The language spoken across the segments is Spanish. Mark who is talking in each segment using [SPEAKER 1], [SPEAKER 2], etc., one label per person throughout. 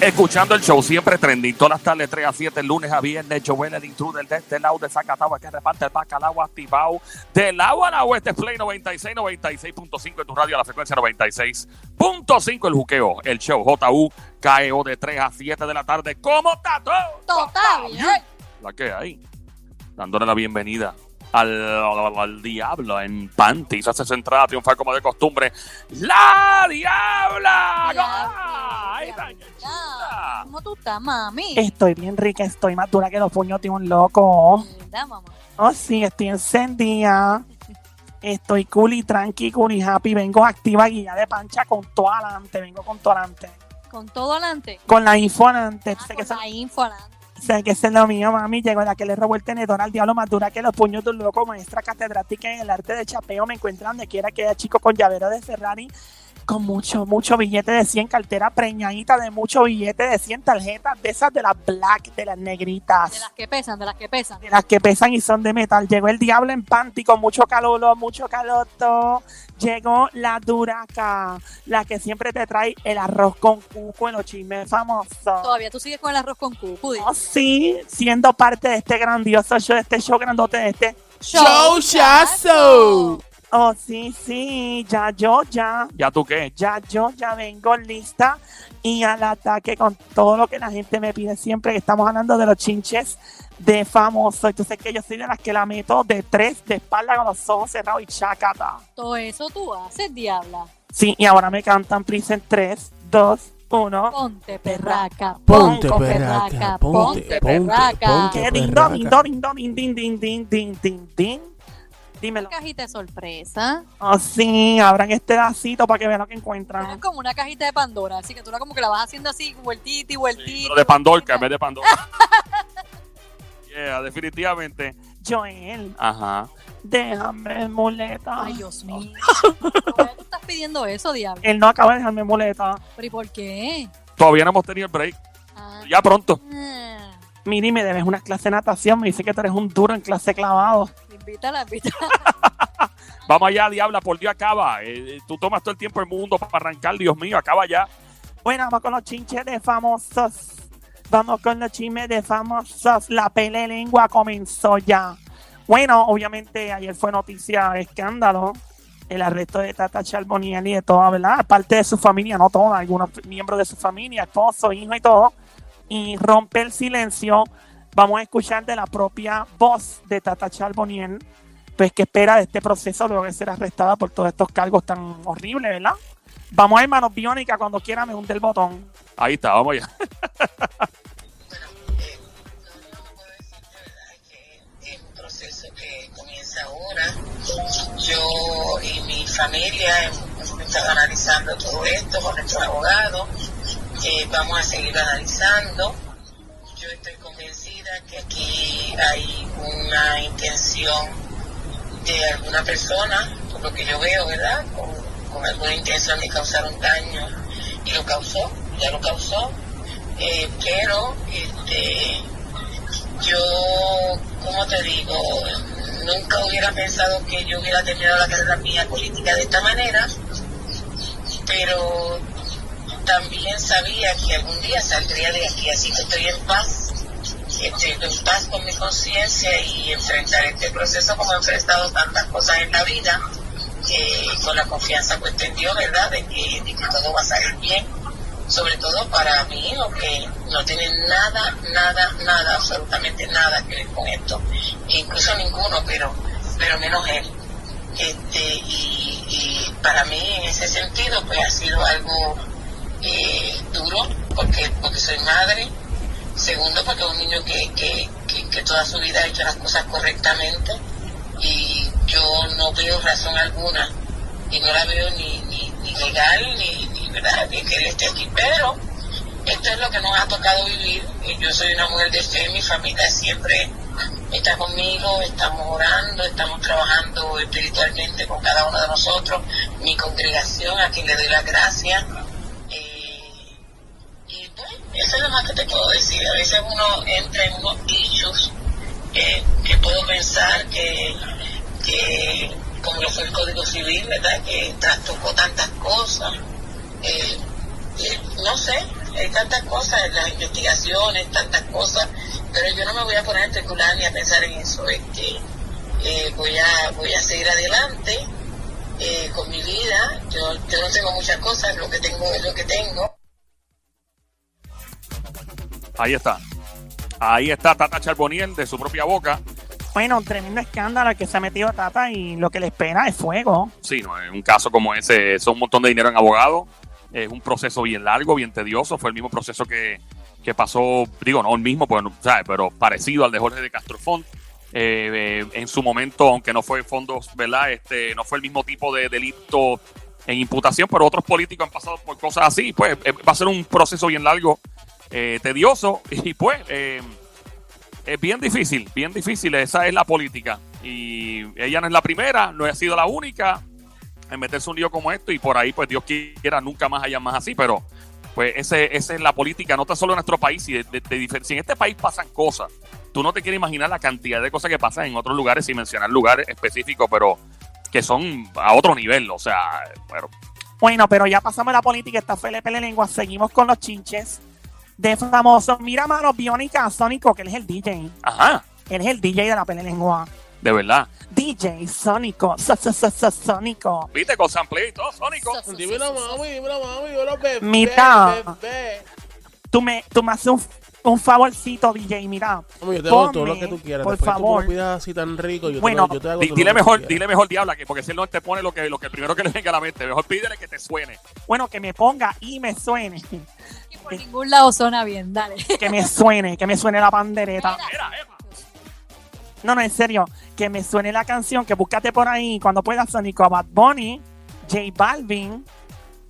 [SPEAKER 1] Escuchando el show siempre trending, todas las tardes 3 a 7, lunes a viernes, Joel el intruder de este lado de Zacatagua que reparte el bacalao activado del agua a la oeste, Play 96, 96.5 en tu radio, a la frecuencia 96.5, el juqueo, el show JUKEO E de 3 a 7 de la tarde. ¿Cómo está todo?
[SPEAKER 2] Total.
[SPEAKER 1] La que hay, dándole la bienvenida. Al, al- al diablo en panties, hace su entrada a triunfar como de costumbre. ¡La diabla! ¡Ah! Ahí está, qué chula.
[SPEAKER 2] ¿Cómo tú estás, mami?
[SPEAKER 3] Estoy bien rica, estoy más dura que los puños de un loco.
[SPEAKER 2] ¿Verdad, mamá?
[SPEAKER 3] Oh, sí, estoy encendida. Estoy cool y tranqui, cool y happy. Vengo activa guía de pancha con todo adelante. Vengo con todo adelante.
[SPEAKER 2] Con todo adelante.
[SPEAKER 3] Con la info adelante.
[SPEAKER 2] Ah,
[SPEAKER 3] sé,
[SPEAKER 2] con
[SPEAKER 3] que eso,
[SPEAKER 2] la info adelante.
[SPEAKER 3] sé que eso es lo mío, mami. Llegó la que le robó el tenedor al diablo más dura que los puños de un loco. Maestra catedrática en el arte de chapeo. Me encuentran donde quiera que haya chico con llavero de Ferrari. Con mucho, mucho billete de 100, cartera preñadita de mucho billete de 100, tarjetas de esas de las black, de las negritas.
[SPEAKER 2] De las que pesan, de las que pesan.
[SPEAKER 3] de las que pesan y son de metal. Llegó el diablo en panty con mucho calor, mucho caloto. Llegó la duraca, la que siempre te trae el arroz con cuco en los chismes famosos.
[SPEAKER 2] Todavía tú sigues con el arroz con cucu. di.
[SPEAKER 3] Oh, sí, siendo parte de este grandioso show, de este show grandote, de este.
[SPEAKER 2] Show
[SPEAKER 4] Showchazo.
[SPEAKER 3] Oh, sí, sí, ya yo, ya.
[SPEAKER 1] ¿Ya tú qué?
[SPEAKER 3] Ya yo ya vengo lista y al ataque con todo lo que la gente me pide siempre, que estamos hablando de los chinches de famoso. Entonces que yo soy de las que la meto de tres, de espalda con los ojos cerrados y chacata.
[SPEAKER 2] Todo eso tú haces, diabla.
[SPEAKER 3] Sí, y ahora me cantan Prison 3, 2, 1.
[SPEAKER 2] Ponte perraca.
[SPEAKER 4] Ponte perraca, ponte, ponte,
[SPEAKER 3] Qué
[SPEAKER 4] ponte.
[SPEAKER 3] lindo, lindo, lindo, din, din, din, din, din, din, din. Dímelo.
[SPEAKER 2] Cajita de sorpresa.
[SPEAKER 3] Oh, sí, abran este lacito para que vean lo que
[SPEAKER 2] Es
[SPEAKER 3] encuentran.
[SPEAKER 2] como una cajita de Pandora. Así que tú la como que la vas haciendo así, vueltita y vueltita.
[SPEAKER 1] Sí, pero de Pandorca en vez de Pandorca. yeah, definitivamente.
[SPEAKER 3] Joel,
[SPEAKER 1] Ajá.
[SPEAKER 3] déjame muleta.
[SPEAKER 2] Ay, Dios mío. ¿Por qué tú estás pidiendo eso, diabla?
[SPEAKER 3] Él no acaba de dejarme muleta.
[SPEAKER 2] ¿Pero y por qué?
[SPEAKER 1] Todavía no hemos tenido el break.
[SPEAKER 2] Ah.
[SPEAKER 1] Ya pronto.
[SPEAKER 2] Ah.
[SPEAKER 3] Miri, me debes unas clases de natación. Me dice que tú eres un duro en clase clavado.
[SPEAKER 2] Invítala, invítala.
[SPEAKER 1] Vamos allá, diabla, por Dios, acaba. Eh, eh, tú tomas todo el tiempo el mundo para arrancar, Dios mío, acaba ya.
[SPEAKER 3] Bueno, vamos con los chinches de famosos. Vamos con los chismes de famosos. La pele lengua comenzó ya. Bueno, obviamente ayer fue noticia escándalo. El arresto de Tata Charboniel y de toda, ¿verdad? Aparte de su familia, no toda, algunos miembros de su familia, esposo, hijo y todo. Y rompe el silencio. Vamos a escuchar de la propia voz de Tata Charboniel, pues que espera de este proceso luego de ser arrestada por todos estos cargos tan horribles, ¿verdad? Vamos a ir manos biónicas cuando quiera me hunde el botón.
[SPEAKER 1] Ahí está, vamos allá.
[SPEAKER 5] Yo puedo decir que el proceso que comienza ahora, yo y mi familia hemos estado analizando todo esto con nuestro abogado, eh, vamos a seguir analizando. Yo estoy convencida que aquí hay una intención de alguna persona, por lo que yo veo, ¿verdad? Con, con alguna intención de causar un daño y lo causó, ya lo causó, Eh, pero este, yo, como te digo, nunca hubiera pensado que yo hubiera terminado la carrera mía política de esta manera, pero también sabía que algún día saldría de aquí, así que estoy en paz, estoy en paz con mi conciencia y enfrentar este proceso como he enfrentado tantas cosas en la vida, eh, con la confianza pues en Dios, ¿verdad?, de que, de que todo va a salir bien sobre todo para mi hijo que no tiene nada, nada, nada, absolutamente nada que ver con esto, incluso ninguno, pero, pero menos él. Este, y, y para mí en ese sentido pues ha sido algo eh, duro porque, porque soy madre, segundo porque es un niño que, que, que- que toda su vida ha hecho las cosas correctamente y yo no veo razón alguna y no la veo ni, ni, ni legal ni, ni verdad ni que él esté aquí pero esto es lo que nos ha tocado vivir y yo soy una mujer de fe mi familia siempre está conmigo estamos orando estamos trabajando espiritualmente con cada uno de nosotros mi congregación a quien le doy las gracias eh, y pues eso es lo más que te puedo decir a veces uno entra en unos issues eh, que puedo pensar que, que como lo fue el Código Civil, ¿verdad? Que trastocó tantas cosas. Eh, eh, no sé, hay tantas cosas en las investigaciones, tantas cosas, pero yo no me voy a poner a especular ni a pensar en eso, es que eh, voy, a, voy a seguir adelante eh, con mi vida, yo, yo no tengo muchas cosas, lo que tengo es lo que tengo.
[SPEAKER 1] Ahí está. Ahí está Tata Charboniel de su propia boca.
[SPEAKER 3] Bueno, un tremendo escándalo al que se ha metido Tata y lo que le espera es fuego.
[SPEAKER 1] Sí, no, en un caso como ese, son un montón de dinero en abogados. Es un proceso bien largo, bien tedioso. Fue el mismo proceso que, que pasó, digo, no el mismo, pues, no, ¿sabes? pero parecido al de Jorge de Castrofont. Eh, eh, en su momento, aunque no fue fondos, ¿verdad? Este, no fue el mismo tipo de delito en imputación, pero otros políticos han pasado por cosas así. Pues eh, va a ser un proceso bien largo, eh, tedioso y pues eh, es bien difícil, bien difícil. Esa es la política. Y ella no es la primera, no ha sido la única en meterse un lío como esto y por ahí, pues Dios quiera, nunca más haya más así, pero pues ese, esa es la política, no tan solo en nuestro país, si, de- de- de- si en este país pasan cosas, tú no te quieres imaginar la cantidad de cosas que pasan en otros lugares, sin mencionar lugares específicos, pero que son a otro nivel, o sea, pero
[SPEAKER 3] Bueno, pero ya pasamos la política, está Felipe Lengua, seguimos con los chinches de famosos. Mira, mano, Bionica Sónico, que él es el DJ.
[SPEAKER 1] ajá,
[SPEAKER 3] Él es el DJ de la Pele Lengua.
[SPEAKER 1] de verdad.
[SPEAKER 3] DJ Sónico, so- so- so- so- Sónico.
[SPEAKER 1] ¿Viste? Con sample y todo, Sónico.
[SPEAKER 4] Dímelo, mami, dímelo, mami, yo lo bebé,
[SPEAKER 3] Mira.
[SPEAKER 4] bebé.
[SPEAKER 3] Tú me, tú me haces un, un favorcito, DJ, mira.
[SPEAKER 4] Mami, yo te hago
[SPEAKER 3] Ponme,
[SPEAKER 4] todo lo que tú quieras.
[SPEAKER 3] por
[SPEAKER 4] Después que
[SPEAKER 3] favor.
[SPEAKER 4] tú me lo pidas así tan rico, yo,
[SPEAKER 3] Bueno,
[SPEAKER 4] te, lo- yo te hago
[SPEAKER 1] Di-
[SPEAKER 4] todo lo
[SPEAKER 1] dile
[SPEAKER 4] que tú
[SPEAKER 1] mejor,
[SPEAKER 4] quieras.
[SPEAKER 1] dile mejor diabla que porque si él no te pone lo que lo que primero que le venga a la mente, mejor pídele que te suene.
[SPEAKER 3] Bueno, que me ponga y me suene.
[SPEAKER 2] Que por ningún lado suena bien, dale.
[SPEAKER 3] Que me suene, que me suene la
[SPEAKER 4] Ah.
[SPEAKER 3] pandereta.
[SPEAKER 1] Mira, Emma.
[SPEAKER 3] No, no, en serio. Que me suene la canción, que búscate por ahí cuando pueda Sónico a Bad Bunny, J Balvin,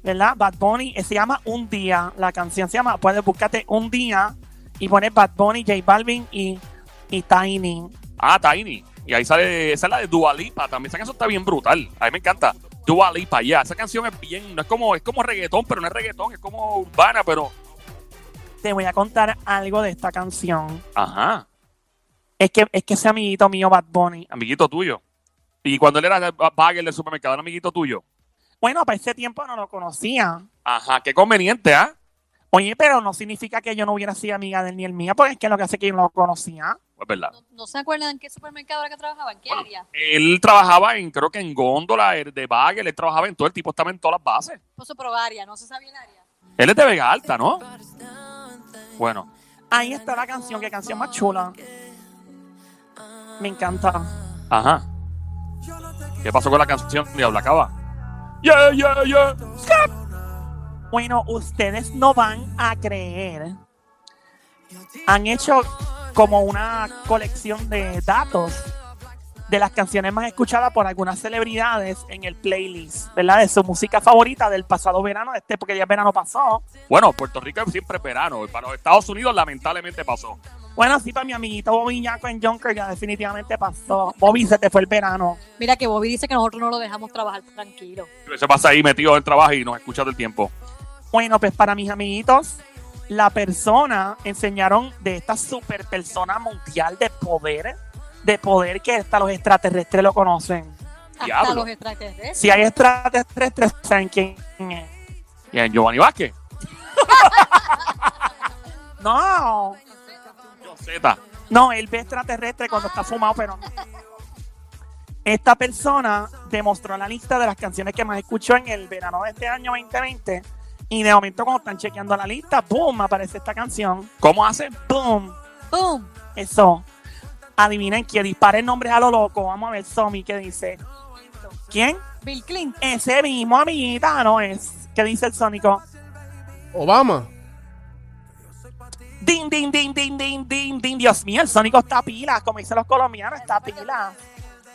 [SPEAKER 3] ¿verdad? Bad Bunny, eh, se llama Un Día. La canción se llama, puedes búscate Un Día y pones Bad Bunny, J Balvin y, y Tiny.
[SPEAKER 1] Ah, Tiny. Y ahí sale, esa es la de Dualipa también. Esa canción está bien brutal. A mí me encanta. Dualipa, ya. Esa canción es bien, no es como, es como reggaetón, pero no es reggaetón, es como urbana, pero.
[SPEAKER 3] Te voy a contar algo de esta canción.
[SPEAKER 1] Ajá.
[SPEAKER 3] Es que, es que ese amiguito mío, Bad Bunny.
[SPEAKER 1] Amiguito tuyo. Y cuando él era bagel del supermercado, era amiguito tuyo.
[SPEAKER 3] Bueno, para ese tiempo no lo conocía.
[SPEAKER 1] Ajá, qué conveniente, ¿ah?
[SPEAKER 3] Oye, pero no significa que yo no hubiera sido amiga de él ni el mía, porque es que lo que hace es que yo no lo conocía.
[SPEAKER 1] Pues verdad.
[SPEAKER 2] ¿No, no se acuerdan en qué supermercado era que trabajaba? ¿En qué
[SPEAKER 1] Bueno,
[SPEAKER 2] área?
[SPEAKER 1] Él trabajaba en, creo que en góndola él de bagel, él trabajaba en todo, el tipo estaba en todas las bases.
[SPEAKER 2] No se probó área, no se sabía el área.
[SPEAKER 1] Él es de Vega Alta, ¿no? Bueno,
[SPEAKER 3] Ahí está la canción, qué canción más chula. Me encanta.
[SPEAKER 1] ajá. ¿Qué pasó con la canción de Ablacaba? Yeah, yeah, yeah.
[SPEAKER 3] Bueno, ustedes no van a creer. Han hecho como una colección de datos de las canciones más escuchadas por algunas celebridades en el playlist, ¿verdad? De su música favorita del pasado verano, de este, porque ya el verano pasó.
[SPEAKER 1] Bueno, Puerto Rico siempre es verano. Para los Estados Unidos, lamentablemente pasó.
[SPEAKER 3] Bueno, sí, para mi amiguito Bobby Ñaco en Junker ya definitivamente pasó. Bobby, se te fue el verano.
[SPEAKER 2] Mira que Bobby dice que nosotros no lo dejamos trabajar tranquilo.
[SPEAKER 1] Se pasa ahí metido en el trabajo y nos escucha todo el tiempo.
[SPEAKER 3] Bueno, pues para mis amiguitos, la persona enseñaron de esta super persona mundial de poder, de poder que hasta los extraterrestres lo conocen.
[SPEAKER 2] Hasta
[SPEAKER 1] Diablo.
[SPEAKER 2] los extraterrestres.
[SPEAKER 3] Si hay extraterrestres, ¿saben quién es?
[SPEAKER 1] Y en Giovanni Vázquez,
[SPEAKER 3] No,
[SPEAKER 1] yo Z.
[SPEAKER 3] no, él ve extraterrestre cuando está fumado, pero no. Esta persona demostró la lista de las canciones que más escuchó en el verano de este año 2020. Y de momento, cuando están chequeando la lista, ¡boom! aparece esta canción.
[SPEAKER 1] ¿Cómo hace?
[SPEAKER 3] ¡Boom!
[SPEAKER 2] ¡Pum!
[SPEAKER 3] Eso. Adivinen quién. Disparen nombres a lo loco. Vamos a ver, Somi, ¿qué dice? ¿Quién?
[SPEAKER 2] Bill Clinton.
[SPEAKER 3] Ese mismo amiguita, no es. ¿Qué dice el Sónico?
[SPEAKER 4] Obama.
[SPEAKER 3] Din, din, din, din, din, din, din. Dios mío, el Sónico está pila. Como dicen los colombianos, está pila.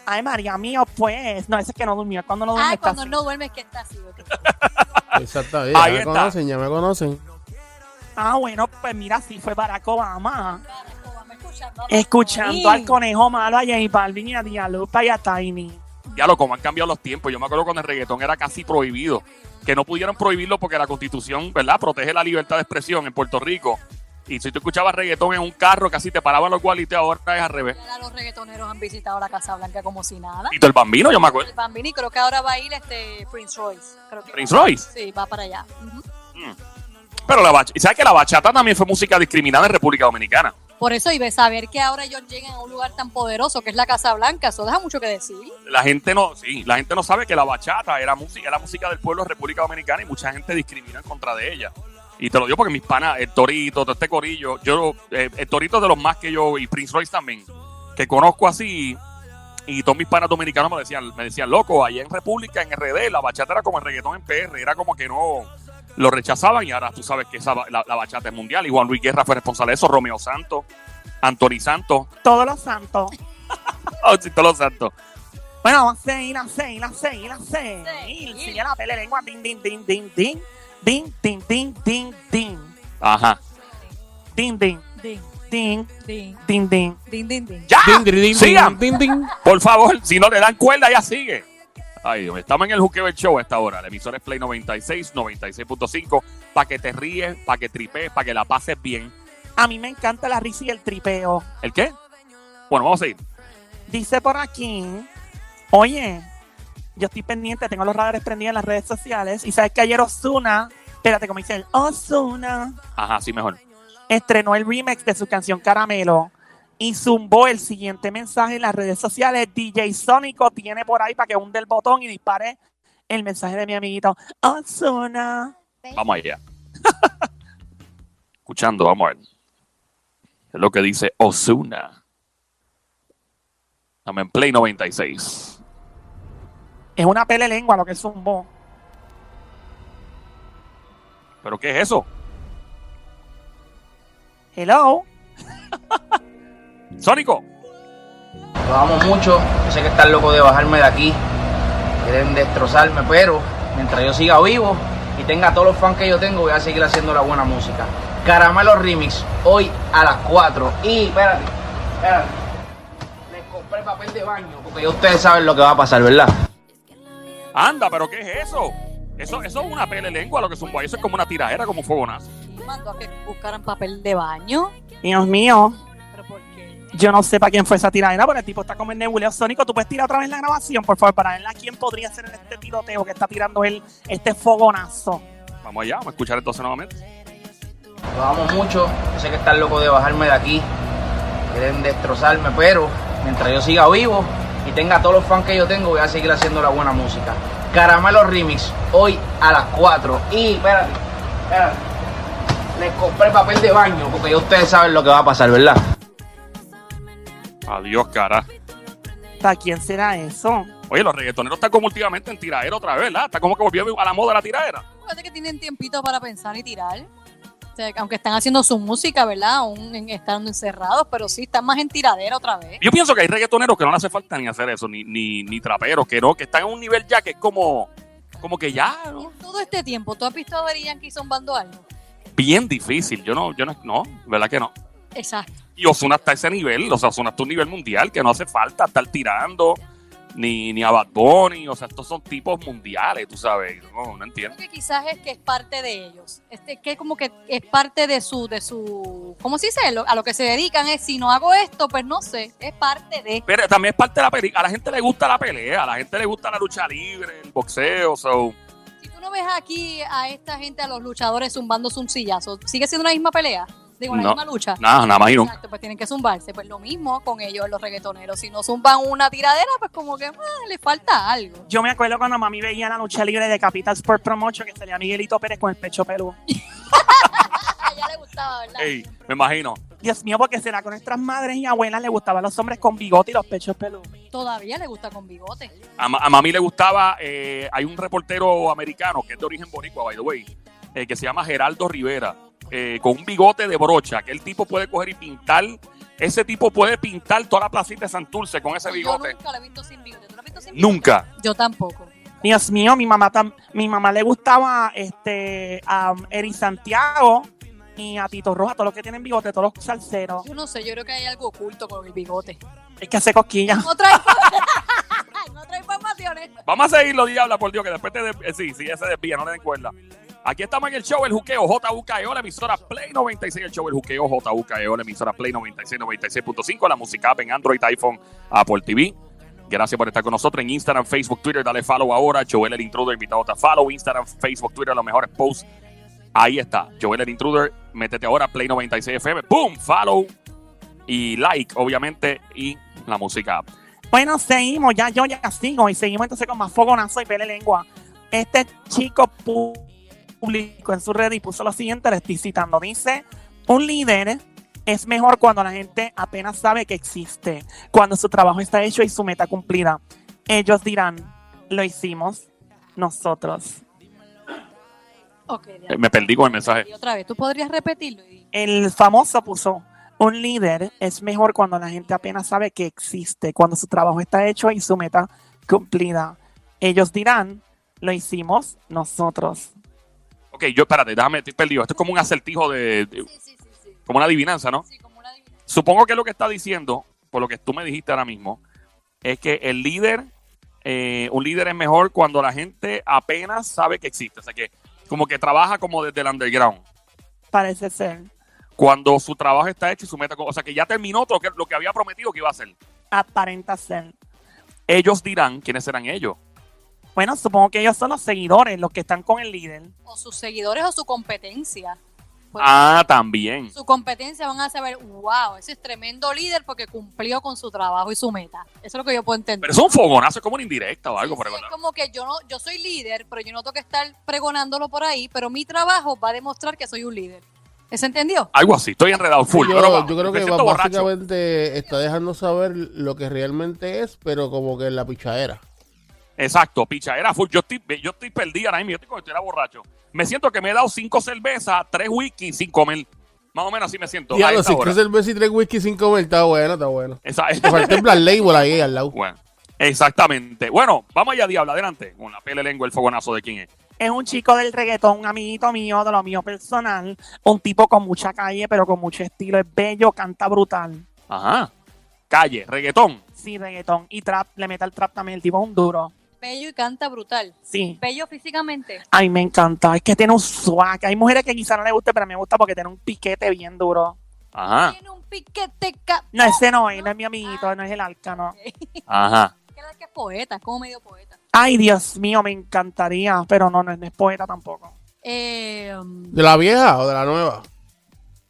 [SPEAKER 3] Ay, María mío, pues. No, ese es que no durmió. Cuando no durmió,
[SPEAKER 2] Ah,
[SPEAKER 3] está
[SPEAKER 2] cuando
[SPEAKER 3] así.
[SPEAKER 2] no duermes que está así. ok.
[SPEAKER 4] Exactamente. eh, Ya
[SPEAKER 1] Ahí
[SPEAKER 4] me
[SPEAKER 1] está.
[SPEAKER 4] conocen, ya me conocen.
[SPEAKER 3] Ah, bueno, pues mira, sí fue Barack Obama.
[SPEAKER 2] Barack Obama, escucha, vamos.
[SPEAKER 3] Escuchando
[SPEAKER 2] Ahí.
[SPEAKER 3] al conejo malo, a J Balvin y a Dialupa y a Tiny.
[SPEAKER 1] Ya lo como han cambiado los tiempos. Yo me acuerdo cuando el reggaetón era casi prohibido. Que no pudieron prohibirlo porque la constitución, ¿verdad? Protege la libertad de expresión en Puerto Rico. Y si tú escuchabas reggaetón en un carro, casi te paraban los gualites, ahora es al revés.
[SPEAKER 2] Y ahora los reggaetoneros han visitado la Casa Blanca como si nada.
[SPEAKER 1] Tito el Bambino, yo me acuerdo.
[SPEAKER 2] El Bambini creo que ahora va a ir este Prince Royce. Creo que
[SPEAKER 1] Prince Royce.
[SPEAKER 2] Sí, va para allá. Ujú.
[SPEAKER 1] Pero la bachata, ¿sabes que la bachata también fue música discriminada en República Dominicana?
[SPEAKER 2] Por eso, y de saber que ahora ellos llegan a un lugar tan poderoso que es la Casa Blanca, eso deja mucho que decir.
[SPEAKER 1] La gente no, sí, la gente no sabe que la bachata era música, era música del pueblo de República Dominicana y mucha gente discriminó en contra de ella. Y te lo digo porque mis panas, el Torito, todo este corillo, yo, eh, el Torito es de los más que yo, y Prince Royce también, que conozco así, y todos mis panas dominicanos me decían, me decían, loco, allá en República, en RD, la bachata era como el reggaetón en PR, era como que no, lo rechazaban y ahora tú sabes que esa, ba- la, la bachata es mundial, y Juan Luis Guerra fue responsable de eso, Romeo Santos, Anthony Santos,
[SPEAKER 3] Todos los santos.
[SPEAKER 1] todos los santos.
[SPEAKER 3] Bueno, vamos a seguir, a seguir, a seguir, a seguir.
[SPEAKER 2] Seguir.
[SPEAKER 3] Sigue la pele lengua. Din, din, din, din, din. Din, din, din, din, din.
[SPEAKER 1] Ajá.
[SPEAKER 3] Din, din,
[SPEAKER 2] Din,
[SPEAKER 3] din,
[SPEAKER 2] din,
[SPEAKER 3] din, din.
[SPEAKER 2] din, din, din.
[SPEAKER 1] ¡Ya!
[SPEAKER 4] Din, din, din,
[SPEAKER 1] ¡Sigan!
[SPEAKER 4] din, din.
[SPEAKER 1] Por favor, si no le dan cuerda, ya sigue. Ay, Dios, estamos en el Juqueo del Show a esta hora. La emisora es Play 96, 96.5. Para que te ríes, para que tripees, para que la pases bien.
[SPEAKER 3] A mí me encanta la risa y el tripeo.
[SPEAKER 1] ¿El qué? Bueno, vamos a ir.
[SPEAKER 3] Dice por aquí, oye, yo estoy pendiente, tengo los radares prendidos en las redes sociales. Y sabes que ayer Osuna, espérate, como dice él, Osuna
[SPEAKER 1] Ajá, sí, mejor.
[SPEAKER 3] estrenó el remix de su canción Caramelo y zumbó el siguiente mensaje en las redes sociales. DJ Sónico tiene por ahí para que hunde el botón y dispare el mensaje de mi amiguito Osuna.
[SPEAKER 1] Vamos allá. Escuchando, vamos a ver. Es lo que dice Osuna. Estamos en Play 96.
[SPEAKER 3] Es una pele lengua lo que zumbó.
[SPEAKER 1] ¿Pero qué es eso?
[SPEAKER 3] Hello.
[SPEAKER 1] Sónico.
[SPEAKER 6] Los amo mucho. Yo sé que están locos de bajarme de aquí. Quieren destrozarme, pero mientras yo siga vivo y tenga todos los fans que yo tengo, voy a seguir haciendo la buena música. Caramelo Remix, hoy a las 4. Y espérate, espérate. Les compré papel de baño, porque ya ustedes saben lo que va a pasar, ¿verdad?
[SPEAKER 1] Anda, ¿pero qué es eso? Eso, eso es una pele lengua lo que zumbó ahí. Eso es como una tiradera, como un fogonazo.
[SPEAKER 2] Mandó a que buscaran papel de baño.
[SPEAKER 3] Dios mío,
[SPEAKER 2] ¿Pero por qué?
[SPEAKER 3] yo no sé para quién fue esa tiradera, pero el tipo está como el nebuleo sónico. ¿Tú puedes tirar otra vez la grabación, por favor, para verla quién podría ser este tiroteo que está tirando él, este fogonazo?
[SPEAKER 1] Vamos allá, vamos a escuchar entonces nuevamente.
[SPEAKER 6] Los amo mucho. Yo sé que están locos de bajarme de aquí. Quieren destrozarme, pero mientras yo siga vivo y tenga todos los fans que yo tengo, voy a seguir haciendo la buena música. Caramelo Remix, hoy a las 4. Y espérate, espérate. Les compré papel de baño, porque ya ustedes saben lo que va a pasar, ¿verdad?
[SPEAKER 1] Adiós, cara.
[SPEAKER 3] ¿Para quién será eso?
[SPEAKER 1] Oye, los reggaetoneros están como últimamente en tiradera otra vez, ¿verdad? Está como que volvió a la moda la tiradera.
[SPEAKER 2] Fíjate que tienen tiempito para pensar y tirar. O sea, que aunque están haciendo su música, ¿verdad? Aún en- estando encerrados, pero sí están más en tiradera otra vez.
[SPEAKER 1] Yo pienso que hay reggaetoneros que no le hace falta ni hacer eso, ni, ni, ni traperos, que no, que están en un nivel ya que es como, como que ya,
[SPEAKER 2] Y
[SPEAKER 1] ¿no?
[SPEAKER 2] en todo este tiempo, ¿tú has visto a Dari Yankee zombando algo?
[SPEAKER 1] bien difícil. Yo no, yo no, no, ¿verdad que no?
[SPEAKER 2] Exacto.
[SPEAKER 1] Y Osuna está a ese nivel, o sea, Osuna está a un nivel mundial que no hace falta estar tirando ni, ni a Bad Bunny, o sea, estos son tipos mundiales, tú sabes, no, no entiendo.
[SPEAKER 2] Creo que quizás es que es parte de ellos. Este, que como que es parte de su, de su, ¿cómo se dice? Lo- A lo que se dedican es, si no hago esto, pues no sé, es parte de.
[SPEAKER 1] Pero también es parte de la película. A la gente le gusta la pelea, a la gente le gusta la lucha libre, el boxeo, so.
[SPEAKER 2] Si tú no ves aquí a esta gente, a los luchadores zumbandose un sillazo, ¿sigue siendo la misma pelea? Digo, la
[SPEAKER 1] No.
[SPEAKER 2] misma lucha.
[SPEAKER 1] Nada, nada más y nunca.
[SPEAKER 2] Exacto, pues tienen que zumbarse. Pues lo mismo con ellos, los reggaetoneros. Si no zumban una tiradera, pues como que ah, le falta algo.
[SPEAKER 3] Yo me acuerdo cuando mami veía la lucha libre de Capital Sport Promotion que salía Miguelito Pérez con el pecho peludo.
[SPEAKER 2] A ella Ah, le gustaba, ¿verdad?
[SPEAKER 1] Ey, me imagino.
[SPEAKER 3] Dios mío, porque será que nuestras madres y abuelas le gustaban los hombres con bigote y los pechos peludos.
[SPEAKER 2] Todavía le gusta con bigote.
[SPEAKER 1] A, ma- a mami le gustaba, eh, hay un reportero americano que es de origen boricua, by the way, eh, que se llama Geraldo Rivera, eh, con un bigote de brocha, que el tipo puede coger y pintar, ese tipo puede pintar toda la placita de Santurce con ese
[SPEAKER 2] Y Pues Yo
[SPEAKER 1] bigote.
[SPEAKER 2] nunca lo he visto sin bigote. ¿Tú lo has visto sin bigote?
[SPEAKER 1] Nunca.
[SPEAKER 2] Yo tampoco.
[SPEAKER 3] Dios mío, mi mamá tam- mi mamá le gustaba este a Eri Santiago y a Tito Roja, todos los que tienen bigote, todos los salseros.
[SPEAKER 2] Yo no sé, yo creo que hay algo oculto con el bigote.
[SPEAKER 3] Es que hace cosquillas.
[SPEAKER 2] No trae, no trae informaciones.
[SPEAKER 1] Vamos a seguirlo, diabla, por Dios, que después te... de- eh, sí, sí, ese desvía, no le den cuerda. Aquí estamos en el show El Juqueo, JUKEO, E la emisora Play 96, el show El Juqueo, JUKEO, E la emisora Play 96, 96.5, la música app en Android, iPhone, Apple TV. Gracias por estar con nosotros en Instagram, Facebook, Twitter, dale follow ahora, Joel el Intruder, invitado a follow, Instagram, Facebook, Twitter, los mejores posts Ahí está, Joel el Intruder. Métete ahora a Play 96 FM. ¡Boom! Follow y like, obviamente, y la música.
[SPEAKER 3] Bueno, seguimos, ya yo ya sigo y seguimos entonces con más fogonazo y pele lengua. Este chico pu- publicó en su red y puso lo siguiente, le estoy citando, dice, un líder es mejor cuando la gente apenas sabe que existe, cuando su trabajo está hecho y su meta cumplida. Ellos dirán, lo hicimos nosotros.
[SPEAKER 2] Ok,
[SPEAKER 1] Eh, Me perdí con el mensaje.
[SPEAKER 2] y otra vez, ¿tú podrías repetirlo? Y-
[SPEAKER 3] El famoso puso, un líder es mejor cuando la gente apenas sabe que existe, cuando su trabajo está hecho y su meta cumplida. Ellos dirán, lo hicimos nosotros.
[SPEAKER 1] Ok, yo espérate, déjame, estoy perdido. Esto es como un acertijo de. de-
[SPEAKER 2] Sí, sí, sí, sí.
[SPEAKER 1] como una adivinanza, ¿no?
[SPEAKER 2] Sí, como una adivinanza.
[SPEAKER 1] Supongo que lo que está diciendo, por lo que tú me dijiste ahora mismo, es que el líder, eh, un líder es mejor cuando la gente apenas sabe que existe. O sea que, como que trabaja como desde el underground.
[SPEAKER 3] Parece ser.
[SPEAKER 1] Cuando su trabajo está hecho y su meta. O sea que ya terminó todo lo que, lo que había prometido que iba a hacer.
[SPEAKER 3] Aparenta ser.
[SPEAKER 1] Ellos dirán quiénes serán ellos.
[SPEAKER 3] Bueno, supongo que ellos son los seguidores, los que están con el líder.
[SPEAKER 2] O sus seguidores o su competencia. Pues,
[SPEAKER 1] Ah, también.
[SPEAKER 2] Su competencia van a saber, wow, ese es tremendo líder porque cumplió con su trabajo y su meta. Eso es lo que yo puedo entender.
[SPEAKER 1] Pero es un fogonazo, es como una indirecta o algo.
[SPEAKER 2] Sí,
[SPEAKER 1] por
[SPEAKER 2] sí,
[SPEAKER 1] ahí.
[SPEAKER 2] es como que yo no, yo soy líder, pero yo no tengo que estar pregonándolo por ahí, pero mi trabajo va a demostrar que soy un líder. ¿Se entendió?
[SPEAKER 1] Algo así, estoy enredado full.
[SPEAKER 4] yo,
[SPEAKER 1] pero vamos,
[SPEAKER 4] yo creo
[SPEAKER 1] me
[SPEAKER 4] que
[SPEAKER 1] siento borracho.
[SPEAKER 4] básicamente está dejando saber lo que realmente es, pero como que en la pichadera.
[SPEAKER 1] Exacto, picha, era full. Yo estoy, yo estoy perdida ahora mismo, yo estoy como si estuviera borracho. Me siento que me he dado cinco cervezas, tres whisky sin comer. Más o menos así me siento. a
[SPEAKER 4] Diablo,
[SPEAKER 1] esta
[SPEAKER 4] si
[SPEAKER 1] hora.
[SPEAKER 4] tres cerveza y tres whisky sin comer, está bueno, está bueno. Te
[SPEAKER 1] Esa-
[SPEAKER 4] falta el Black Label ahí al lado.
[SPEAKER 1] bueno, exactamente. Bueno, vamos allá, diablo, adelante. Con la pele lengua, el fogonazo de quién es.
[SPEAKER 3] Es un chico del reggaetón, un amiguito mío, de lo mío personal. Un tipo con mucha calle, pero con mucho estilo. Es bello, canta brutal.
[SPEAKER 1] Ajá. Calle, reggaetón.
[SPEAKER 3] Sí, reggaetón. Y trap, le mete al trap también. El tipo es un duro.
[SPEAKER 2] Bello y canta brutal.
[SPEAKER 3] Sí.
[SPEAKER 2] Bello físicamente.
[SPEAKER 3] Ay, me encanta. Es que tiene un swag. Hay mujeres que quizá no le guste, pero a mí me gusta porque tiene un piquete bien duro.
[SPEAKER 1] Ajá,
[SPEAKER 2] Tiene un piquete. ca-
[SPEAKER 3] No, ese no es, no es mi amiguito, no es el arca,
[SPEAKER 2] Ah.
[SPEAKER 3] no.
[SPEAKER 1] ajá.
[SPEAKER 2] Creo que es poeta, es como medio poeta.
[SPEAKER 3] Ay, Dios mío, me encantaría, pero no, no, no es poeta tampoco.
[SPEAKER 2] Eh, um,
[SPEAKER 4] ¿De la vieja o de la nueva?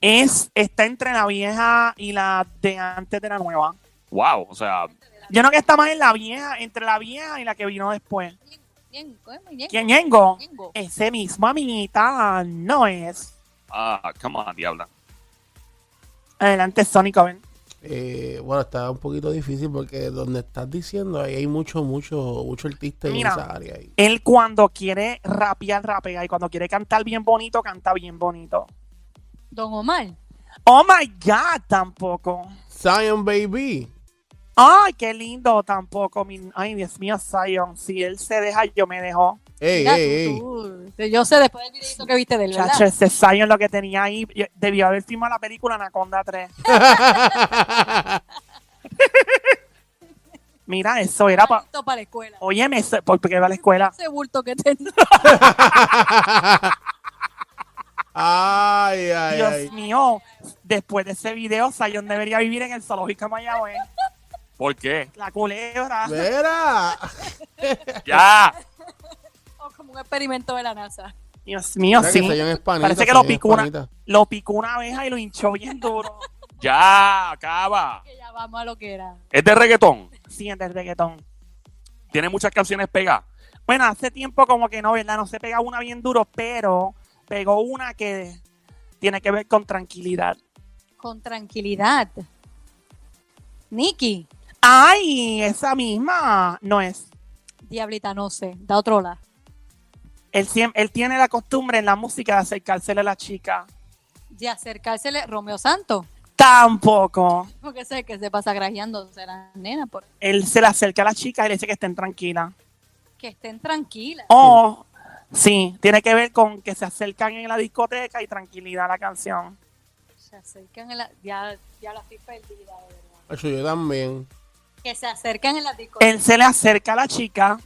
[SPEAKER 3] Es, está entre la vieja y la de antes de la nueva.
[SPEAKER 1] Wow, o sea,
[SPEAKER 3] Yo no que está más en la vieja, entre la vieja y la que vino después.
[SPEAKER 2] bien, ¿cómo es? Bien,
[SPEAKER 3] ¿Quién, Ñengo?
[SPEAKER 2] Ñengo.
[SPEAKER 3] Ese mismo amiguita no es.
[SPEAKER 1] ah, come on, diabla.
[SPEAKER 3] Adelante, Sónico, ven.
[SPEAKER 4] Eh, bueno, está un poquito difícil porque donde estás diciendo ahí hay mucho, mucho, mucho artista en
[SPEAKER 3] Mira.
[SPEAKER 4] esa área. ahí.
[SPEAKER 3] Él cuando quiere rapear, rapea. Y cuando quiere cantar bien bonito, canta bien bonito.
[SPEAKER 2] Don Omar.
[SPEAKER 3] Oh my God, tampoco.
[SPEAKER 4] Zion Baby.
[SPEAKER 3] Ay, qué lindo tampoco. mi- Ay, Dios mío, Zion. Si él se deja, yo me dejo.
[SPEAKER 4] Ey,
[SPEAKER 2] Mira, tú,
[SPEAKER 4] ey, ey.
[SPEAKER 2] tú. Yo sé después del videito que viste de él, ¿verdad?
[SPEAKER 3] Chacho, ese Zion lo que tenía ahí. yo- Debió haber filmado la película Anaconda 3. Mira, eso era para.
[SPEAKER 2] Esto para la escuela.
[SPEAKER 3] Óyeme, eso- ¿por qué va a la escuela?
[SPEAKER 2] Ese bulto que tenía.
[SPEAKER 4] ay, ay, ay.
[SPEAKER 3] Dios mío, después de ese video, Zion debería vivir en el zoológico de Mayagüez.
[SPEAKER 1] ¿Por qué?
[SPEAKER 3] La culebra.
[SPEAKER 4] Mira.
[SPEAKER 1] Ya.
[SPEAKER 2] O como un experimento de la NASA.
[SPEAKER 3] Dios mío,
[SPEAKER 4] Mira que
[SPEAKER 3] sí.
[SPEAKER 4] Zion es panita,
[SPEAKER 3] Parece que lo
[SPEAKER 4] Zion es
[SPEAKER 3] picó, una,
[SPEAKER 4] panita.
[SPEAKER 3] lo picó una abeja y lo hinchó bien duro.
[SPEAKER 1] Ya, acaba.
[SPEAKER 2] Que ya vamos a lo que era.
[SPEAKER 1] Es de reggaetón.
[SPEAKER 3] sí, en el reggaetón.
[SPEAKER 1] Tiene muchas canciones pegadas.
[SPEAKER 3] Bueno, hace tiempo como que no, ¿verdad? No se pega una bien duro, pero pegó una que tiene que ver con tranquilidad.
[SPEAKER 2] Con tranquilidad. Nicky.
[SPEAKER 3] ¡Ay! Esa misma no es.
[SPEAKER 2] Diablita, no sé. Da otro lado.
[SPEAKER 3] Él, siem- él tiene la costumbre en la música de acercársele a la chica.
[SPEAKER 2] De acercársele Romeo Santo.
[SPEAKER 3] Tampoco.
[SPEAKER 2] Porque sé que se pasa grajeando. Será nena. Por...
[SPEAKER 3] Él se le acerca a la chica y le dice que estén tranquilas.
[SPEAKER 2] Que estén tranquilas.
[SPEAKER 3] O, sí, tiene que ver con que se acercan en la discoteca y tranquilidad la canción.
[SPEAKER 2] Se acercan en la. Ya, ya la estoy perdida, de verdad.
[SPEAKER 4] Acho, Yo también.
[SPEAKER 2] Que se acercan en la discoteca.
[SPEAKER 3] Él se le acerca a la chica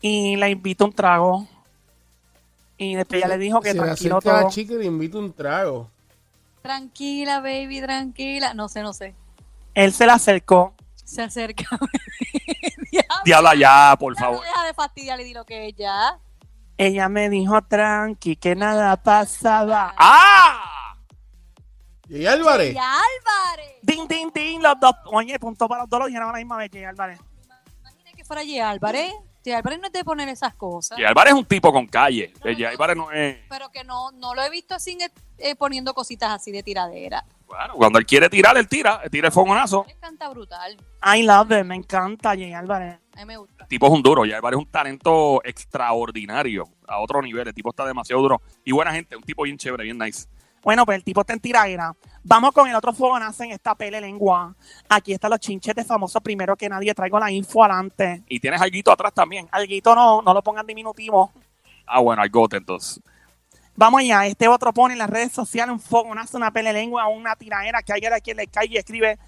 [SPEAKER 3] y le invita un trago. Y después ya le dijo que
[SPEAKER 4] Se le
[SPEAKER 3] tranquilo
[SPEAKER 4] acerca a la
[SPEAKER 3] todo.
[SPEAKER 4] chica y le invita un trago.
[SPEAKER 2] Tranquila, baby, tranquila. No sé, no sé.
[SPEAKER 3] Él se le acercó.
[SPEAKER 2] Se acerca. baby. Diablo,
[SPEAKER 1] Diabla, ya, por favor.
[SPEAKER 2] deja de fastidiar y di lo que es ya.
[SPEAKER 3] Ella me dijo tranqui que nada pasaba.
[SPEAKER 1] ¡Ah!
[SPEAKER 4] Y Álvarez.
[SPEAKER 2] Y Álvarez.
[SPEAKER 3] Din, din, din, los dos. Oye, punto para los dos, lo dijeron a la misma vez, Jay Álvarez.
[SPEAKER 2] Imagina que fuera G. Álvarez. G. Álvarez no es de poner esas cosas.
[SPEAKER 1] Y Álvarez es un tipo con calle. Eh, Jay Álvarez no es.
[SPEAKER 2] Pero que no, no lo he visto así eh, eh, poniendo cositas así de tiradera.
[SPEAKER 1] Bueno, cuando él quiere tirar, él tira. Él tira el fogonazo.
[SPEAKER 2] Él canta brutal.
[SPEAKER 3] I love it, me encanta Jay Álvarez.
[SPEAKER 2] A mí me gusta.
[SPEAKER 1] El tipo es un duro. Jay Álvarez es un talento extraordinario. A otro nivel. El tipo está demasiado duro. Y buena gente. Un tipo bien chévere, bien nice.
[SPEAKER 3] Bueno, pues el tipo está en tiradera. Vamos con el otro fogonazo en esta pele lengua. Aquí están los chinchetes famosos primero que nadie. Traigo la info adelante.
[SPEAKER 1] Y tienes alguito atrás también.
[SPEAKER 3] Alguito no, no lo pongan diminutivo.
[SPEAKER 1] Ah, bueno, algote entonces.
[SPEAKER 3] Vamos allá, este otro pone en las redes sociales un fogonazo, una pele lengua, una tiradera que hay a quien le cae y escribe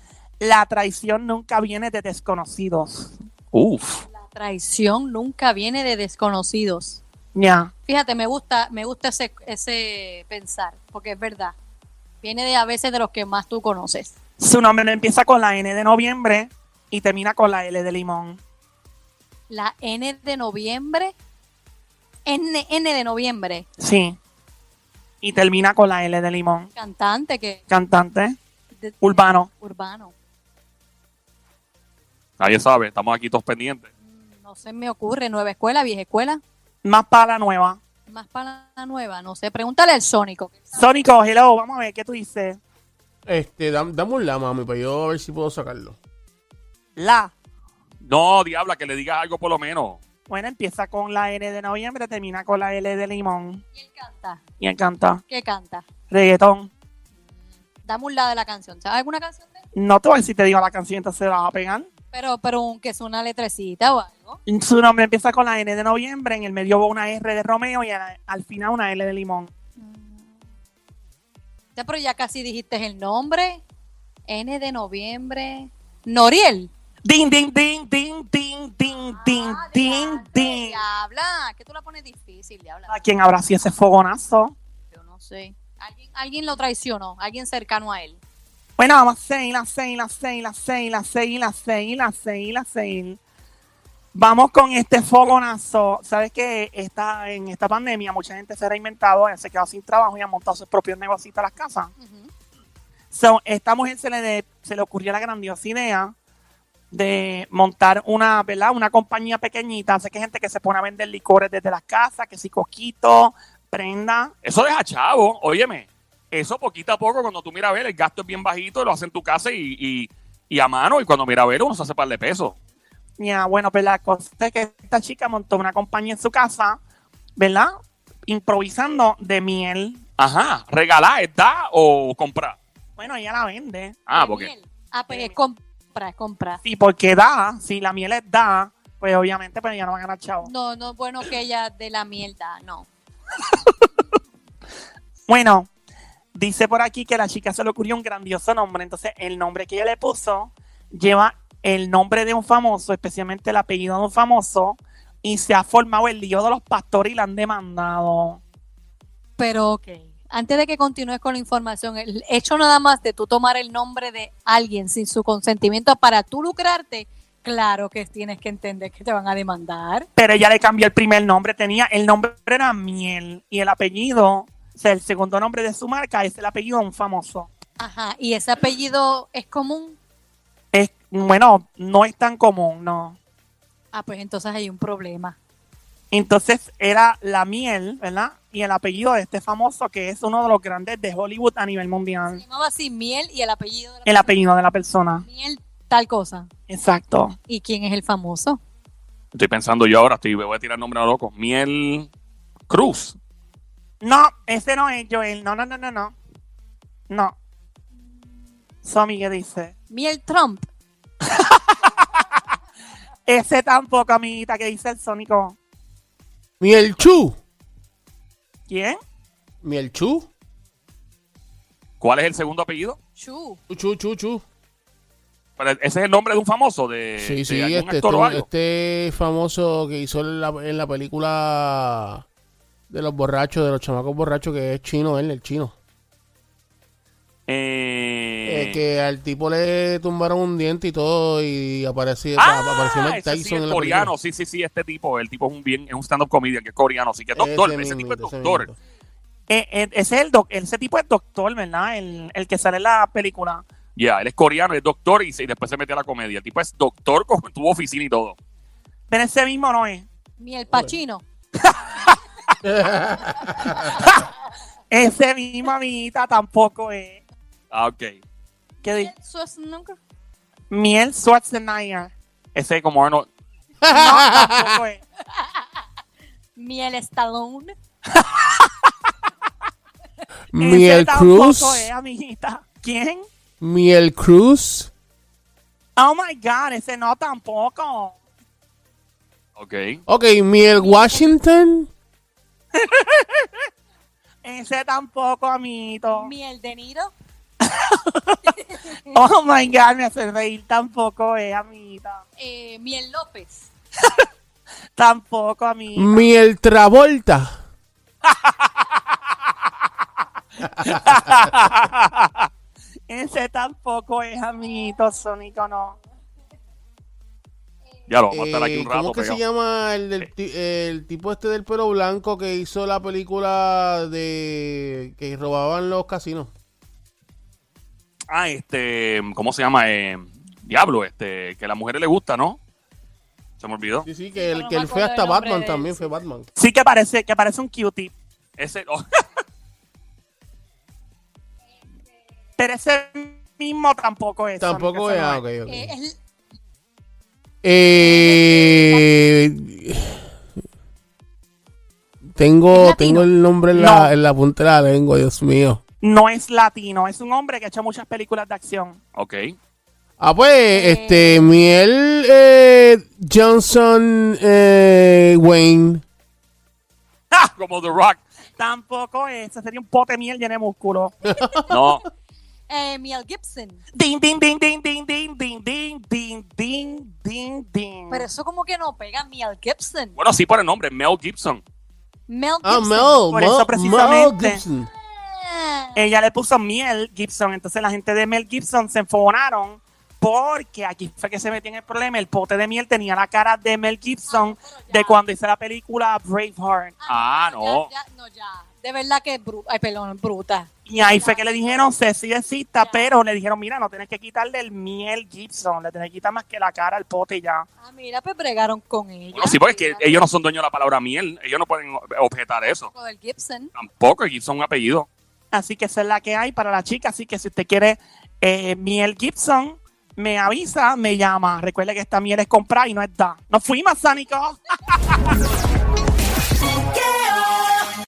[SPEAKER 3] la traición nunca viene de desconocidos.
[SPEAKER 1] Uf.
[SPEAKER 2] La traición nunca viene de desconocidos.
[SPEAKER 3] Ya.
[SPEAKER 2] Fíjate, me gusta, me gusta ese, ese pensar, porque es verdad. Viene de a veces de los que más tú conoces.
[SPEAKER 3] Su nombre no empieza con la N de noviembre y termina con la L de limón.
[SPEAKER 2] La N de noviembre. N, N de noviembre.
[SPEAKER 3] Sí. Y termina con la L de limón.
[SPEAKER 2] Cantante que.
[SPEAKER 3] Cantante
[SPEAKER 2] de-
[SPEAKER 3] urbano.
[SPEAKER 2] Urbano.
[SPEAKER 1] Nadie sabe. Estamos aquí todos pendientes.
[SPEAKER 2] No se me ocurre. Nueva escuela, vieja escuela.
[SPEAKER 3] Más para la nueva.
[SPEAKER 2] Más para la nueva. No sé. Pregúntale al Sónico.
[SPEAKER 3] Sónico, hello, vamos a ver qué tú dices.
[SPEAKER 4] Este, dam- dame un la, mami, para yo a ver si puedo sacarlo.
[SPEAKER 3] La.
[SPEAKER 1] No, diabla, que le digas algo por lo menos.
[SPEAKER 3] Bueno, empieza con la N de noviembre, termina con la L de limón.
[SPEAKER 2] ¿Quién canta?
[SPEAKER 3] Y encanta.
[SPEAKER 2] ¿Qué canta?
[SPEAKER 3] Reggaetón.
[SPEAKER 2] Dame un lado de la canción. ¿Sabes alguna canción de él?
[SPEAKER 3] No te voy a decir, te digo la canción, entonces la vas a pegar.
[SPEAKER 2] Pero, pero aunque es una letrecita o algo.
[SPEAKER 3] Su nombre empieza con la N de noviembre, en el medio va una R de Romeo y al, al final una L de limón.
[SPEAKER 2] Ya, pero ya casi dijiste el nombre. N de noviembre. Noriel.
[SPEAKER 3] Ding, ding, ding, ding, ding, ding, ding,
[SPEAKER 2] Ah,
[SPEAKER 3] ding, ding.
[SPEAKER 2] Diabla, que tú la pones difícil, diabla.
[SPEAKER 3] ¿A quién habrá sido ese fogonazo?
[SPEAKER 2] Yo no sé. Alguien, alguien lo traicionó, alguien cercano a él.
[SPEAKER 3] Bueno, vamos a seguir, a seguir, a seguir, a seguir, a seguir, a seguir, a seguir, a seguir. Vamos con este fogonazo. Sabes que esta, en esta pandemia mucha gente se ha reinventado, se ha quedado sin trabajo y ha montado sus propios negocios a las casas.
[SPEAKER 2] Ujú.
[SPEAKER 3] So, esta mujer se le, de- se le ocurrió la grandiosa idea de montar una, ¿verdad? Una compañía pequeñita. Sé que hay gente que se pone a vender licores desde las casas, que si coquito, prenda.
[SPEAKER 1] Eso deja chavo, óyeme. Eso poquito a poco, cuando tú miras a ver, el gasto es bien bajito, lo hace en tu casa y, y- y a mano, y cuando mira a ver, uno se hace par de pesos.
[SPEAKER 3] Ya, bueno, pues la cosa es que esta chica montó una compañía en su casa, ¿verdad? Improvisando de miel.
[SPEAKER 1] Ajá, regalar es da o comprar.
[SPEAKER 3] Bueno, ella la vende.
[SPEAKER 1] Ah,
[SPEAKER 2] De
[SPEAKER 1] porque
[SPEAKER 2] miel. Ah, pues es compra, es compra.
[SPEAKER 3] Sí, porque da, si la miel es da, pues obviamente pues ella no va a ganar chavo.
[SPEAKER 2] No, no es bueno que ella de la mierda, no.
[SPEAKER 3] Bueno, dice por aquí que a la chica se le ocurrió un grandioso nombre. Entonces, el nombre que ella le puso lleva el nombre de un famoso, especialmente el apellido de un famoso, y se ha formado el lío de los pastores y la han demandado.
[SPEAKER 2] Pero ok. Antes de que continúes con la información, el hecho nada más de tú tomar el nombre de alguien sin su consentimiento para tú lucrarte, claro que tienes que entender que te van a demandar.
[SPEAKER 3] Pero ella le cambió el primer nombre. Tenía el nombre era Miel y el apellido, o sea, el segundo nombre de su marca es el apellido de un famoso.
[SPEAKER 2] Ajá, y ese apellido es común.
[SPEAKER 3] Es, bueno, no es tan común, no.
[SPEAKER 2] Ah, pues entonces hay un problema.
[SPEAKER 3] Entonces era la miel, ¿verdad? Y el apellido de este famoso que es uno de los grandes de Hollywood a nivel mundial.
[SPEAKER 2] Se llamaba así miel y el apellido de la
[SPEAKER 3] el apellido de la persona.
[SPEAKER 2] miel, tal cosa.
[SPEAKER 3] Exacto.
[SPEAKER 2] ¿Y quién es el famoso?
[SPEAKER 1] estoy pensando yo ahora, estoy, voy a tirar nombre a lo loco. Miel Cruz.
[SPEAKER 3] No, ese no es Joel. No, no, no, no, no. No. Somi, ¿qué dice?
[SPEAKER 2] Miel Trump.
[SPEAKER 3] Ese tampoco, amiguita, que dice el Sónico.
[SPEAKER 4] Miel Chu.
[SPEAKER 3] ¿Quién?
[SPEAKER 4] Miel Chu.
[SPEAKER 1] ¿Cuál es el segundo apellido?
[SPEAKER 2] Chu.
[SPEAKER 4] Chu, chu, chu.
[SPEAKER 1] Pero ese es el nombre de un famoso, de,
[SPEAKER 4] Sí,
[SPEAKER 1] de
[SPEAKER 4] sí,
[SPEAKER 1] algún
[SPEAKER 4] este,
[SPEAKER 1] actor o
[SPEAKER 4] este,
[SPEAKER 1] algo.
[SPEAKER 4] este famoso que hizo en la, en la película de los borrachos, de los chamacos borrachos, que es chino, él, el chino.
[SPEAKER 1] Eh,
[SPEAKER 4] este, eh, que al tipo le tumbaron un diente y todo y apareció,
[SPEAKER 1] Ah,
[SPEAKER 4] apareció Mike
[SPEAKER 1] ese
[SPEAKER 4] Tyson
[SPEAKER 1] sí,
[SPEAKER 4] en
[SPEAKER 1] el
[SPEAKER 4] la
[SPEAKER 1] coreano, sí, sí, sí, este tipo, el tipo es un bien, es un stand-up comedian que es coreano, así que es
[SPEAKER 4] película.
[SPEAKER 1] doctor, ese, tipo es
[SPEAKER 4] mismito, ese
[SPEAKER 1] doctor.
[SPEAKER 4] mismito.
[SPEAKER 3] Eh, eh, ese, es el doc- ese tipo es doctor, ¿verdad? El, el que sale en la película.
[SPEAKER 1] Ya, él es coreano, es doctor y, se- y después se metió a la comedia. El tipo es doctor con tu oficina y todo.
[SPEAKER 3] Pero ese mismo no es.
[SPEAKER 2] Ni el Pachino.
[SPEAKER 3] Ese mismo, amiguita, tampoco es.
[SPEAKER 1] Ah, ok.
[SPEAKER 3] ¿Qué di-
[SPEAKER 2] Eso es nunca.
[SPEAKER 3] Miel Schwarzenegger.
[SPEAKER 1] Ese como ah, Arnold.
[SPEAKER 3] No, tampoco es.
[SPEAKER 2] Miel Stallone.
[SPEAKER 3] Ese
[SPEAKER 4] Miel Cruz.
[SPEAKER 3] tampoco es, amiguita. ¿Quién?
[SPEAKER 4] Miel Cruz.
[SPEAKER 3] Oh my God, ese no tampoco.
[SPEAKER 1] Ok.
[SPEAKER 4] Ok, Miel Washington.
[SPEAKER 3] Ese tampoco, amiguito.
[SPEAKER 2] Miel De Niro.
[SPEAKER 3] Oh my God, me hace reír tampoco es, amiguita.
[SPEAKER 2] Eh, Miel López.
[SPEAKER 3] Tampoco, amiguita.
[SPEAKER 4] Miel Travolta.
[SPEAKER 3] Ese tampoco es, amiguito, Sónico, no.
[SPEAKER 1] Ya lo vamos a estar
[SPEAKER 4] Eh,
[SPEAKER 1] aquí un
[SPEAKER 4] ¿Cómo
[SPEAKER 1] rato.
[SPEAKER 4] que
[SPEAKER 1] pegado.
[SPEAKER 4] se llama el, del ti- el tipo este del pelo blanco que hizo la película de que robaban los casinos?
[SPEAKER 1] Ah, este, ¿cómo se llama? Eh, Diablo, este, que a las mujeres le gusta, ¿no? Se me olvidó.
[SPEAKER 4] Sí, sí, que, el,
[SPEAKER 2] no
[SPEAKER 4] que
[SPEAKER 2] me
[SPEAKER 4] él fue
[SPEAKER 2] acuerdo
[SPEAKER 4] hasta
[SPEAKER 2] el nombre
[SPEAKER 4] Batman
[SPEAKER 2] de él,
[SPEAKER 4] también,
[SPEAKER 2] sí.
[SPEAKER 4] fue Batman.
[SPEAKER 3] Sí que parece, que parece un cutie.
[SPEAKER 1] Ese, oh,
[SPEAKER 3] Pero ese mismo tampoco es.
[SPEAKER 4] Tampoco
[SPEAKER 3] Sonic, ese
[SPEAKER 4] es. Ah,
[SPEAKER 3] no
[SPEAKER 4] ok, ok.
[SPEAKER 2] Eh, es-
[SPEAKER 4] Eh,
[SPEAKER 2] ¿Es
[SPEAKER 4] tengo,
[SPEAKER 2] latino?
[SPEAKER 4] tengo el nombre en
[SPEAKER 3] No.
[SPEAKER 4] la, en la punta de la lengua, Dios mío.
[SPEAKER 3] No es latino, es un hombre que ha hecho muchas películas de acción.
[SPEAKER 1] ok.
[SPEAKER 4] Ah, pues,
[SPEAKER 2] Eh,
[SPEAKER 4] este, Miel eh, Johnson eh, Wayne.
[SPEAKER 1] ¡Ah! Como The Rock.
[SPEAKER 3] Tampoco es, ese sería un pote de miel lleno de músculo.
[SPEAKER 1] No.
[SPEAKER 2] eh, Miel Gibson.
[SPEAKER 3] Ding, ding, ding, ding, ding, ding, ding, ding, ding, ding, ding,
[SPEAKER 4] Oh.
[SPEAKER 3] ding.
[SPEAKER 2] Pero eso como que no pega. Miel Gibson.
[SPEAKER 1] Bueno, sí por el nombre, Mel Gibson.
[SPEAKER 2] Mel Gibson.
[SPEAKER 4] Ah, Mel, Eh.
[SPEAKER 3] Por
[SPEAKER 4] Mel,
[SPEAKER 3] eso
[SPEAKER 4] Mel
[SPEAKER 3] precisamente.
[SPEAKER 4] Gibson.
[SPEAKER 2] Ah.
[SPEAKER 3] Ella le puso Miel Gibson, entonces la gente de Mel Gibson se enfogonaron porque aquí fue que se metió en el problema. El pote de miel tenía la cara de Mel Gibson de cuando hizo la película Braveheart.
[SPEAKER 1] Ah, no.
[SPEAKER 2] Ya, ya, no, ya. De verdad que es bru- Ay, perdón, bruta.
[SPEAKER 3] Y ahí fue que le dijeron, Ceci desista, pero le dijeron, mira, no tienes que quitarle el miel Gibson, le tienes que quitar más que la cara al pote y ya.
[SPEAKER 2] Ah, mira, pues bregaron con ella.
[SPEAKER 1] Bueno, sí, porque es que ellos no son dueños de la palabra miel. Ellos no pueden objetar eso.
[SPEAKER 2] Con el Gibson.
[SPEAKER 1] Tampoco, Gibson es un apellido.
[SPEAKER 3] Así que esa es la que hay para la chica. Así que si usted quiere eh, miel Gibson, me avisa, me llama. Recuerde que esta miel es comprar y no es da. Nos fuimos, Sánico.